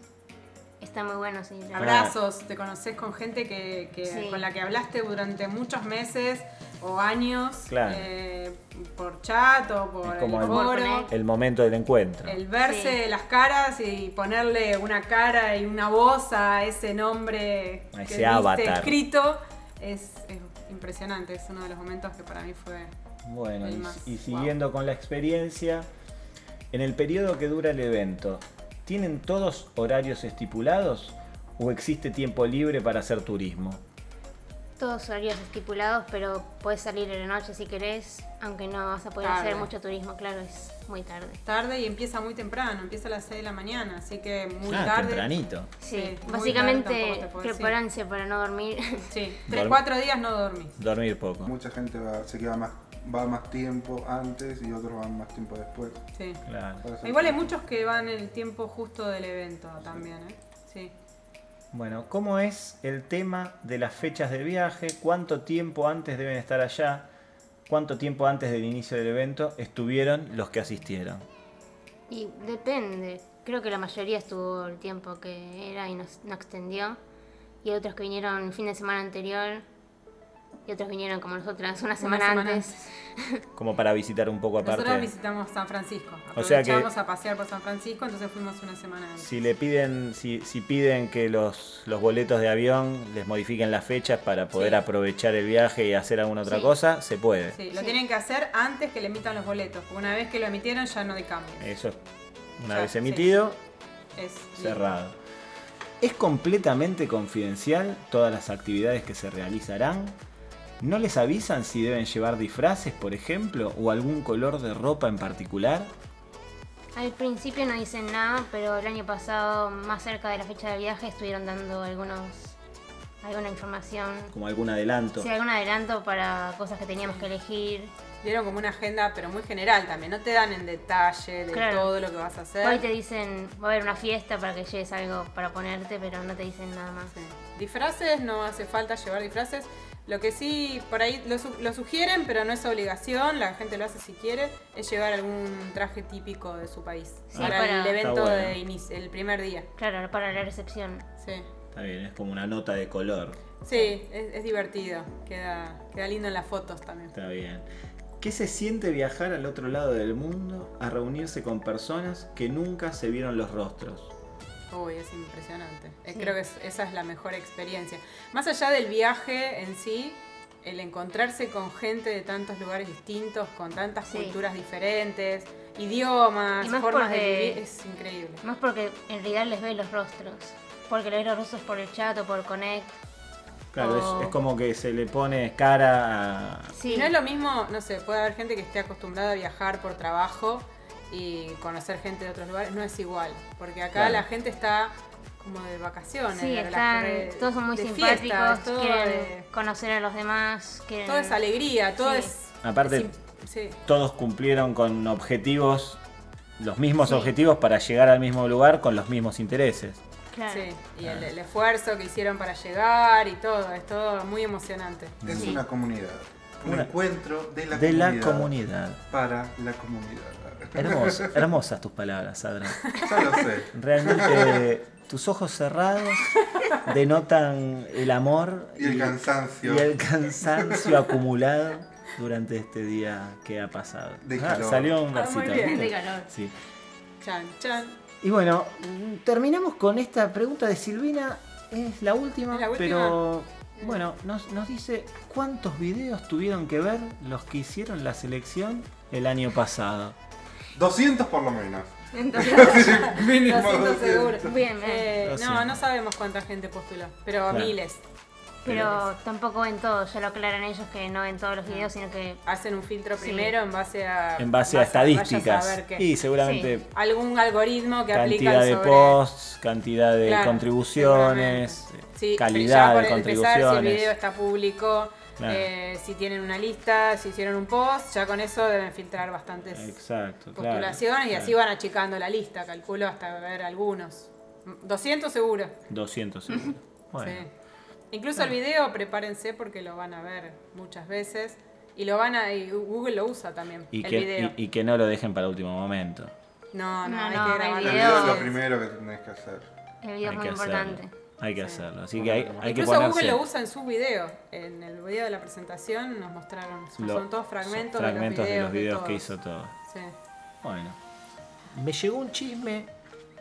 Speaker 3: está muy bueno, sí. la verdad.
Speaker 1: Abrazos, te conoces con gente que, que-
Speaker 3: Sí.
Speaker 1: con la que hablaste durante muchos meses o años
Speaker 2: Claro.
Speaker 1: eh, por chat o por
Speaker 2: Es como
Speaker 1: el
Speaker 2: el-
Speaker 1: foro.
Speaker 3: Por Connect.
Speaker 2: El momento del encuentro.
Speaker 1: El verse
Speaker 3: Sí.
Speaker 1: las caras y ponerle una cara y una voz a ese nombre
Speaker 2: A ese
Speaker 1: viste
Speaker 2: avatar.
Speaker 1: escrito es, es impresionante. Es uno de los momentos que para mí fue.
Speaker 2: Bueno,
Speaker 1: El
Speaker 2: y-
Speaker 1: más.
Speaker 2: y, siguiendo con la experiencia, en el periodo que dura el evento, ¿tienen todos horarios estipulados o existe tiempo libre para hacer turismo?
Speaker 3: Todos horarios estipulados, pero puedes salir en la noche si querés, aunque no vas a poder
Speaker 1: Tarde.
Speaker 3: hacer mucho turismo, claro, es muy tarde.
Speaker 1: Tarde y empieza muy temprano, empieza a las 6 de la mañana, así que muy
Speaker 2: ah,
Speaker 1: tarde.
Speaker 2: tempranito.
Speaker 1: Sí,
Speaker 3: Sí,
Speaker 1: muy tarde tampoco
Speaker 3: básicamente
Speaker 1: te puedo decir.
Speaker 3: preparancia para no dormir.
Speaker 1: Sí,
Speaker 2: Dorm-
Speaker 1: 3-4 días no dormís.
Speaker 2: Dormir poco.
Speaker 4: Mucha gente va- se queda más, va más tiempo antes y otros van más tiempo después.
Speaker 1: Sí.
Speaker 2: Claro.
Speaker 4: Para hacer-
Speaker 1: Igual hay muchos que van el tiempo justo del evento también, ¿eh? Sí.
Speaker 2: Bueno, ¿cómo es el tema de las fechas de viaje? ¿Cuánto tiempo antes deben estar allá? ¿Cuánto tiempo antes del inicio del evento estuvieron los que asistieron?
Speaker 3: Y depende. Creo que la mayoría estuvo el tiempo que era y nos- no, extendió. Y hay otros que vinieron el fin de semana anterior. Y otros vinieron como nosotras una semana,
Speaker 1: semana
Speaker 3: antes.
Speaker 2: Como para visitar un poco aparte.
Speaker 1: Nosotros visitamos San Francisco.
Speaker 2: O sea que-
Speaker 1: Aprovechamos a pasear por San Francisco, entonces fuimos una semana antes.
Speaker 2: Si le piden, si, si piden que los, los boletos de avión les modifiquen las fechas para poder
Speaker 1: Sí.
Speaker 2: aprovechar el viaje y hacer alguna otra
Speaker 3: Sí.
Speaker 2: cosa, se puede.
Speaker 1: Sí, lo
Speaker 3: Sí.
Speaker 1: tienen que hacer antes que le emitan los boletos. porque Una vez que lo emitieron ya no hay cambio.
Speaker 2: Eso es una
Speaker 1: Ya,
Speaker 2: vez
Speaker 1: sí.
Speaker 2: emitido,
Speaker 1: Es
Speaker 2: cerrado. Es completamente confidencial todas las actividades que se realizarán. ¿No les avisan si deben llevar disfraces, por ejemplo, o algún color de ropa en particular?
Speaker 3: Al principio no dicen nada, pero el año pasado, más cerca de la fecha de viaje, estuvieron dando algunos alguna información.
Speaker 2: Como algún adelanto.
Speaker 3: Sí, algún adelanto para cosas que teníamos que elegir.
Speaker 1: Dieron como una agenda, pero muy general también. No te dan en detalle de
Speaker 3: Claro.
Speaker 1: todo lo que vas a
Speaker 3: Hoy
Speaker 1: hacer.
Speaker 3: te dicen, va a haber una fiesta para que lleves algo para ponerte, pero no te dicen nada más.
Speaker 1: Sí. Disfraces, no hace falta llevar disfraces. Lo que sí, por ahí lo, su- lo sugieren, pero no es obligación, la gente lo hace si quiere, es llevar algún traje típico de su país.
Speaker 3: Sí,
Speaker 1: para,
Speaker 3: para-
Speaker 1: el
Speaker 3: Está
Speaker 1: evento
Speaker 2: bueno.
Speaker 1: de inicio, el primer día.
Speaker 3: Claro, para la recepción.
Speaker 1: Sí,
Speaker 2: Está bien, es como una nota de color.
Speaker 1: sí es, es divertido. Queda, queda lindo en las fotos también.
Speaker 2: Está bien. ¿Qué se siente viajar al otro lado del mundo a reunirse con personas que nunca se vieron los rostros?
Speaker 1: Uy, es impresionante. Eh,
Speaker 3: Sí.
Speaker 1: Creo que es- esa es la mejor experiencia. Más allá del viaje en sí, el encontrarse con gente de tantos lugares distintos, con tantas
Speaker 3: Sí.
Speaker 1: culturas diferentes, idiomas,
Speaker 3: Y más
Speaker 1: formas de
Speaker 3: porque-
Speaker 1: vivir, es increíble.
Speaker 3: Más porque en realidad les ves los rostros. Porque les ves los rostros por el chat o por Connect.
Speaker 2: Claro,
Speaker 3: Oh.
Speaker 2: es, es como que se le pone cara a...
Speaker 3: Sí,
Speaker 1: Y no es lo mismo, no sé, puede haber gente que esté acostumbrada a viajar por trabajo y conocer gente de otros lugares, no es igual, porque acá
Speaker 2: Claro.
Speaker 1: la gente está como de vacaciones,
Speaker 3: sí,
Speaker 1: de
Speaker 3: están,
Speaker 1: relax- de-
Speaker 3: todos son muy
Speaker 1: de
Speaker 3: simpáticos,
Speaker 1: fiesta, es todo
Speaker 3: quieren
Speaker 1: de-
Speaker 3: conocer a los demás, quieren...
Speaker 1: todo es alegría, todo
Speaker 3: Sí.
Speaker 1: es...
Speaker 2: Aparte-
Speaker 1: es im- sí.
Speaker 2: Todos cumplieron con objetivos, los mismos
Speaker 3: Sí.
Speaker 2: objetivos para llegar al mismo lugar con los mismos intereses.
Speaker 3: Claro.
Speaker 1: Sí, y el, el esfuerzo que hicieron para llegar y todo, es todo muy emocionante.
Speaker 4: Es
Speaker 3: Sí.
Speaker 4: una comunidad. Un
Speaker 2: Una-
Speaker 4: encuentro de la
Speaker 2: de
Speaker 4: comunidad.
Speaker 2: la comunidad.
Speaker 4: Para la comunidad.
Speaker 2: Hermosa- hermosas tus palabras, Sandra.
Speaker 4: Ya lo sé.
Speaker 2: Realmente tus ojos cerrados denotan el amor
Speaker 4: Y el cansancio.
Speaker 2: y el cansancio acumulado durante este día que ha pasado.
Speaker 4: De calor.
Speaker 2: salió un
Speaker 1: Ah,
Speaker 2: versito.
Speaker 1: muy bien.
Speaker 2: ¿viste?
Speaker 3: De calor.
Speaker 2: Sí.
Speaker 1: Chan, chan.
Speaker 2: Y bueno, mm, terminamos con esta pregunta de Silvina. Es la última,
Speaker 1: ¿Es la última?
Speaker 2: pero bueno, nos, nos dice cuántos videos tuvieron que ver los que hicieron la selección el año pasado.
Speaker 4: 200 por lo menos.
Speaker 1: Entonces,
Speaker 4: Mínimo
Speaker 1: 200 seguro.
Speaker 3: Bien, bien.
Speaker 1: Eh,
Speaker 2: Lo
Speaker 1: no,
Speaker 2: siento.
Speaker 1: no sabemos cuánta gente postuló, pero
Speaker 2: Ah, Claro.
Speaker 1: miles.
Speaker 3: Pero tampoco ven todo, ya lo aclaran ellos que no ven todos los videos, sino que
Speaker 1: Hacen un filtro
Speaker 3: Sí.
Speaker 1: primero en base a.
Speaker 2: en base a
Speaker 1: vas vaya
Speaker 2: estadísticas.
Speaker 1: saber qué.
Speaker 2: y seguramente
Speaker 3: Sí.
Speaker 1: Algún algoritmo que aplican
Speaker 2: cantidad de
Speaker 1: sobre-
Speaker 2: posts, cantidad de
Speaker 1: Claro,
Speaker 2: contribuciones,
Speaker 1: seguramente. Sí, ya
Speaker 2: calidad
Speaker 1: por
Speaker 2: de
Speaker 1: empezar, si el video
Speaker 2: contribuciones.
Speaker 1: está público,
Speaker 2: Claro.
Speaker 1: eh, si tienen una lista, si hicieron un post, ya con eso deben filtrar bastantes
Speaker 2: Eh, Exacto, claro,
Speaker 1: postulaciones y
Speaker 2: claro.
Speaker 1: así van achicando la lista, calculo hasta ver algunos. 200 seguro.
Speaker 2: 200 seguro. Bueno,
Speaker 1: sí. Incluso el video, prepárense porque lo van a ver muchas veces y lo van a y Google lo usa también
Speaker 2: y,
Speaker 1: el
Speaker 2: que,
Speaker 1: video.
Speaker 2: y- y que no lo dejen para último momento.
Speaker 1: No, no,
Speaker 3: No,
Speaker 1: hay
Speaker 3: no,
Speaker 1: que
Speaker 3: el
Speaker 1: grabarlo.
Speaker 4: El
Speaker 3: Dios.
Speaker 4: video es lo primero que tenés que hacer.
Speaker 3: el video es muy
Speaker 2: hacerlo.
Speaker 3: importante.
Speaker 2: Hay que
Speaker 1: Sí.
Speaker 2: hacerlo. Así que hay, hay que
Speaker 1: Incluso
Speaker 2: ponerse.
Speaker 1: Google lo usa en su video. En el video de la presentación nos mostraron. Son,
Speaker 2: lo-
Speaker 1: son todos fragmentos,
Speaker 2: son fragmentos
Speaker 1: de los videos, de
Speaker 2: que
Speaker 1: todos.
Speaker 2: hizo todo.
Speaker 1: Sí.
Speaker 2: Bueno. Me llegó un chisme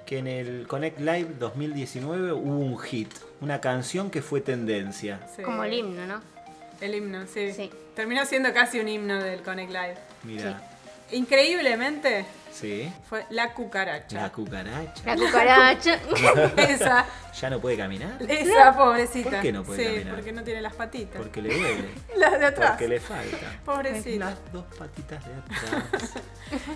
Speaker 2: que en el Connect Live 2019 hubo un hit, una canción que fue tendencia.
Speaker 1: Sí.
Speaker 3: Como el himno, ¿no?
Speaker 1: El himno, sí.
Speaker 3: Sí.
Speaker 1: Terminó siendo casi un himno del Connect Live.
Speaker 2: Mira,
Speaker 1: Increíblemente
Speaker 2: sí.
Speaker 1: fue La Cucaracha.
Speaker 2: La cucaracha.
Speaker 3: La cucaracha.
Speaker 1: esa,
Speaker 2: ¿Ya no puede caminar?
Speaker 1: esa pobrecita.
Speaker 2: ¿Por qué no puede
Speaker 1: Sí,
Speaker 2: caminar?
Speaker 1: porque no tiene las patitas.
Speaker 2: Porque le duele.
Speaker 1: Las de atrás.
Speaker 2: Porque le falta.
Speaker 1: Pobrecita.
Speaker 2: Las dos patitas de atrás.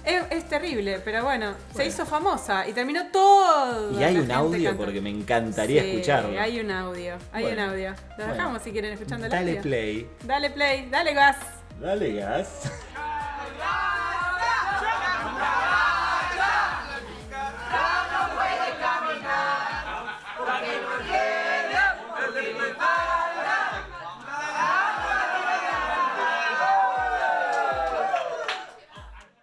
Speaker 1: Es, es terrible, pero bueno, se hizo famosa y terminó todo.
Speaker 2: Y hay un audio porque me encantaría escucharlo.
Speaker 1: Hay un audio, hay
Speaker 2: Bueno.
Speaker 1: un audio. Lo
Speaker 2: Bueno.
Speaker 1: dejamos si quieren escuchando el
Speaker 2: Dale
Speaker 1: audio.
Speaker 2: play.
Speaker 1: Dale play, dale gas.
Speaker 2: Dale gas.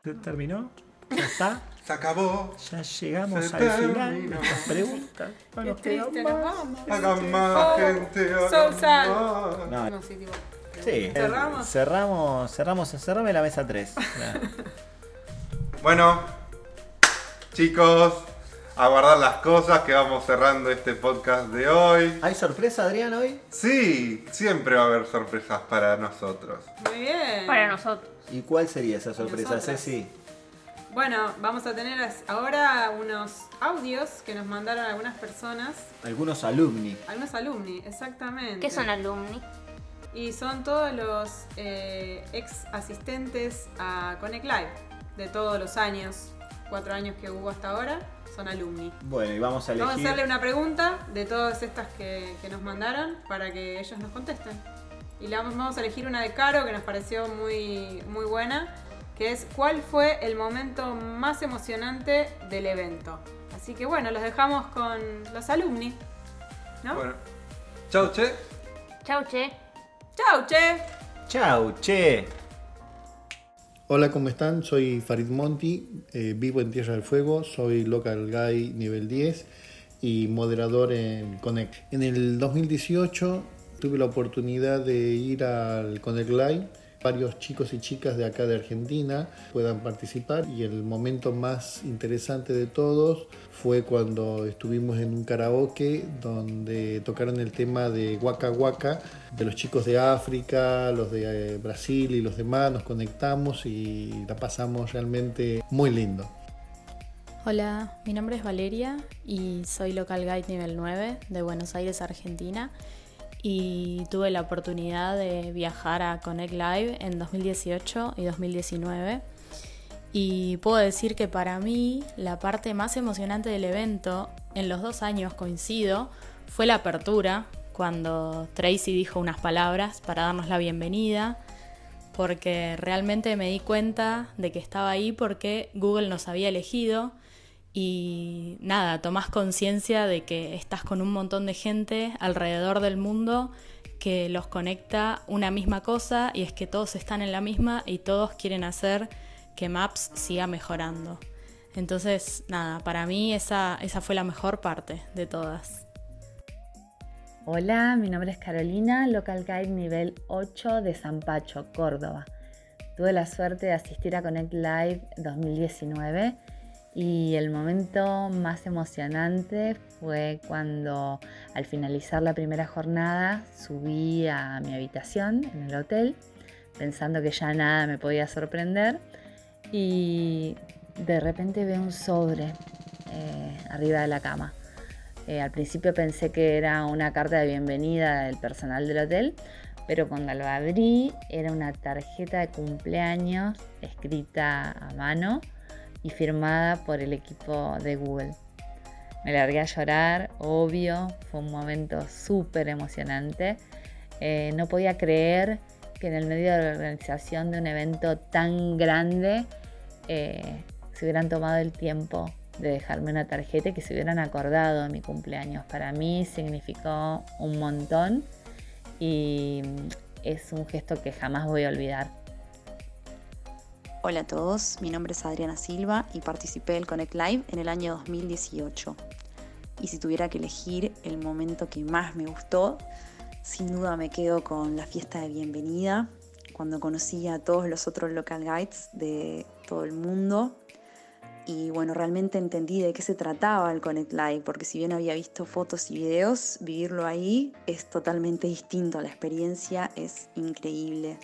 Speaker 2: ¿Se terminó? ¿Ya está?
Speaker 4: Se acabó.
Speaker 2: Ya llegamos
Speaker 4: Se
Speaker 2: al final de
Speaker 4: terminó.
Speaker 2: las preguntas. No
Speaker 1: Qué
Speaker 2: nos queda
Speaker 1: triste,
Speaker 2: más. Este,
Speaker 1: nos vamos.
Speaker 4: Hagan más,
Speaker 1: Oh,
Speaker 4: gente. Hagan
Speaker 1: so sad.
Speaker 4: más.
Speaker 2: No, eh.
Speaker 1: No, sí, tipo,
Speaker 2: sí.
Speaker 1: ¿Cerramos?
Speaker 2: Cerramos, cerramos, cerrame la mesa 3.
Speaker 4: Bueno, chicos, a guardar las cosas que vamos cerrando este podcast de hoy.
Speaker 2: ¿Hay sorpresa, Adrián, hoy?
Speaker 4: Sí, siempre va a haber sorpresas para nosotros.
Speaker 1: Muy bien.
Speaker 3: Para nosotros.
Speaker 2: ¿Y cuál sería esa sorpresa,
Speaker 1: Nosotras.
Speaker 2: Ceci?
Speaker 1: Bueno, vamos a tener as- ahora unos audios que nos mandaron algunas personas,
Speaker 2: Algunos alumni.
Speaker 1: algunos alumni, exactamente.
Speaker 3: ¿Qué son alumni?
Speaker 1: Y son todos los eh, ex asistentes a Connect Live de todos los años, cuatro años que hubo hasta ahora, son alumni.
Speaker 2: Bueno, y vamos a elegir.
Speaker 1: Vamos a hacerle una pregunta de todas estas que, que nos mandaron para que ellos nos contesten. Y la vamos, vamos a elegir una de Caro que nos pareció muy, muy buena, que es ¿cuál fue el momento más emocionante del evento? Así que bueno, los dejamos con los alumni. ¿No?
Speaker 4: Bueno, chau, che.
Speaker 3: Chau, che.
Speaker 1: ¡Chau, che!
Speaker 2: Chau, che.
Speaker 5: Hola, ¿cómo están? Soy Farid Monti, eh, vivo en Tierra del Fuego, soy local guy nivel 10 y moderador en Connect. En el 2018 tuve la oportunidad de ir al Connect Live. Varios chicos y chicas de acá de Argentina puedan participar y el momento más interesante de todos fue cuando estuvimos en un karaoke donde tocaron el tema de Waka Waka, de los chicos de África, los de eh, Brasil y los demás, nos conectamos y la pasamos realmente muy lindo.
Speaker 6: Hola, mi nombre es Valeria y soy local guide nivel 9 de Buenos Aires, Argentina. Y tuve la oportunidad de viajar a Connect Live en 2018 y 2019. Y puedo decir que para mí la parte más emocionante del evento, en los dos años coincido, fue la apertura, cuando Tracy dijo unas palabras para darnos la bienvenida porque realmente me di cuenta de que estaba ahí porque Google nos había elegido y nada, tomás conciencia de que estás con un montón de gente alrededor del mundo que los conecta una misma cosa y es que todos están en la misma y todos quieren hacer que Maps siga mejorando. Entonces, nada, para mí esa, esa fue la mejor parte de todas.
Speaker 7: Hola, mi nombre es Carolina, local guide nivel 8 de Zampacho, Córdoba. Tuve la suerte de asistir a Connect Live 2019 y el momento más emocionante fue cuando al finalizar la primera jornada subí a mi habitación en el hotel pensando que ya nada me podía sorprender y de repente veo un sobre eh, arriba de la cama Eh, al principio pensé que era una carta de bienvenida del personal del hotel, pero cuando lo abrí era una tarjeta de cumpleaños escrita a mano y firmada por el equipo de Google. Me largué a llorar, obvio, fue un momento súper emocionante. Eh, no podía creer que en el medio de la organización de un evento tan grande eh, se hubieran tomado el tiempo de dejarme una tarjeta y que se hubieran acordado de mi cumpleaños. Para mí significó un montón y es un gesto que jamás voy a olvidar.
Speaker 8: Hola a todos, mi nombre es Adriana Silva y participé del Connect Live en el año 2018. Y si tuviera que elegir el momento que más me gustó, sin duda me quedo con la fiesta de bienvenida, cuando conocí a todos los otros local guides de todo el mundo. Y bueno, realmente entendí de qué se trataba el Connect Live, porque si bien había visto fotos y videos, vivirlo ahí es totalmente distinto, la experiencia es increíble.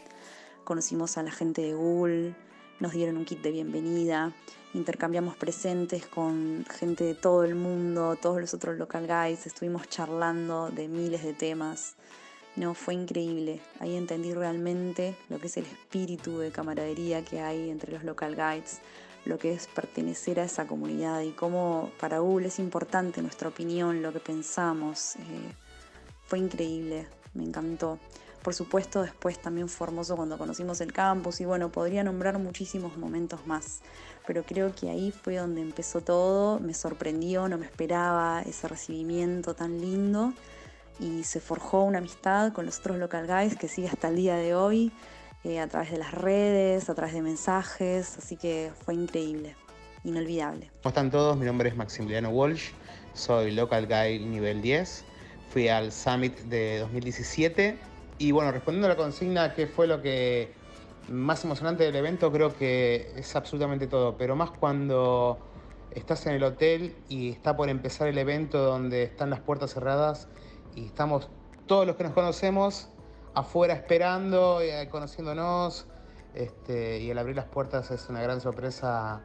Speaker 8: Conocimos a la gente de Google, nos dieron un kit de bienvenida, intercambiamos presentes con gente de todo el mundo, todos los otros local guys, estuvimos charlando de miles de temas. No, fue increíble. Ahí entendí realmente lo que es el espíritu de camaradería que hay entre los local guides, lo que es pertenecer a esa comunidad y cómo para Google es importante nuestra opinión, lo que pensamos. Eh, fue increíble, me encantó. Por supuesto, después también fue hermoso cuando conocimos el campus y bueno, podría nombrar muchísimos momentos más, pero creo que ahí fue donde empezó todo, me sorprendió, no me esperaba ese recibimiento tan lindo y se forjó una amistad con los otros local guys que sigue hasta el día de hoy eh, a través de las redes, a través de mensajes, así que fue increíble, inolvidable.
Speaker 9: ¿Cómo están todos? Mi nombre es Maximiliano Walsh, soy local guide nivel 10. Fui al Summit de 2017 y bueno, respondiendo a la consigna, ¿qué fue lo que más emocionante del evento? Creo que es absolutamente todo, pero más cuando estás en el hotel y está por empezar el evento donde están las puertas cerradas y estamos todos los que nos conocemos afuera esperando, eh, conociéndonos, este, y al abrir las puertas es una gran sorpresa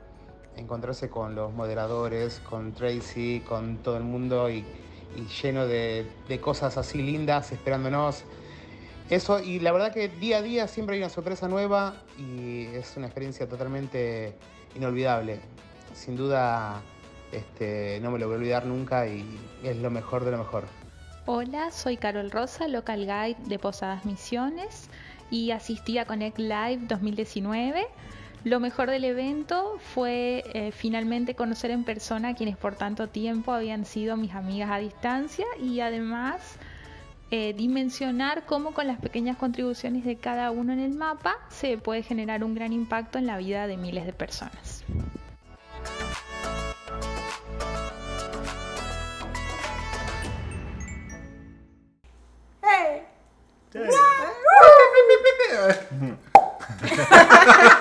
Speaker 9: encontrarse con los moderadores, con Tracy, con todo el mundo y, y lleno de, de cosas así lindas esperándonos. Eso, y la verdad que día a día siempre hay una sorpresa nueva y es una experiencia totalmente inolvidable. Sin duda, este, no me lo voy a olvidar nunca y es lo mejor de lo mejor.
Speaker 10: Hola, soy Carol Rosa, local guide de Posadas Misiones y asistí a Connect Live 2019. Lo mejor del evento fue eh, finalmente conocer en persona a quienes por tanto tiempo habían sido mis amigas a distancia y además eh, dimensionar cómo con las pequeñas contribuciones de cada uno en el mapa se puede generar un gran impacto en la vida de miles de personas.
Speaker 11: ¡Hey!
Speaker 4: Sí.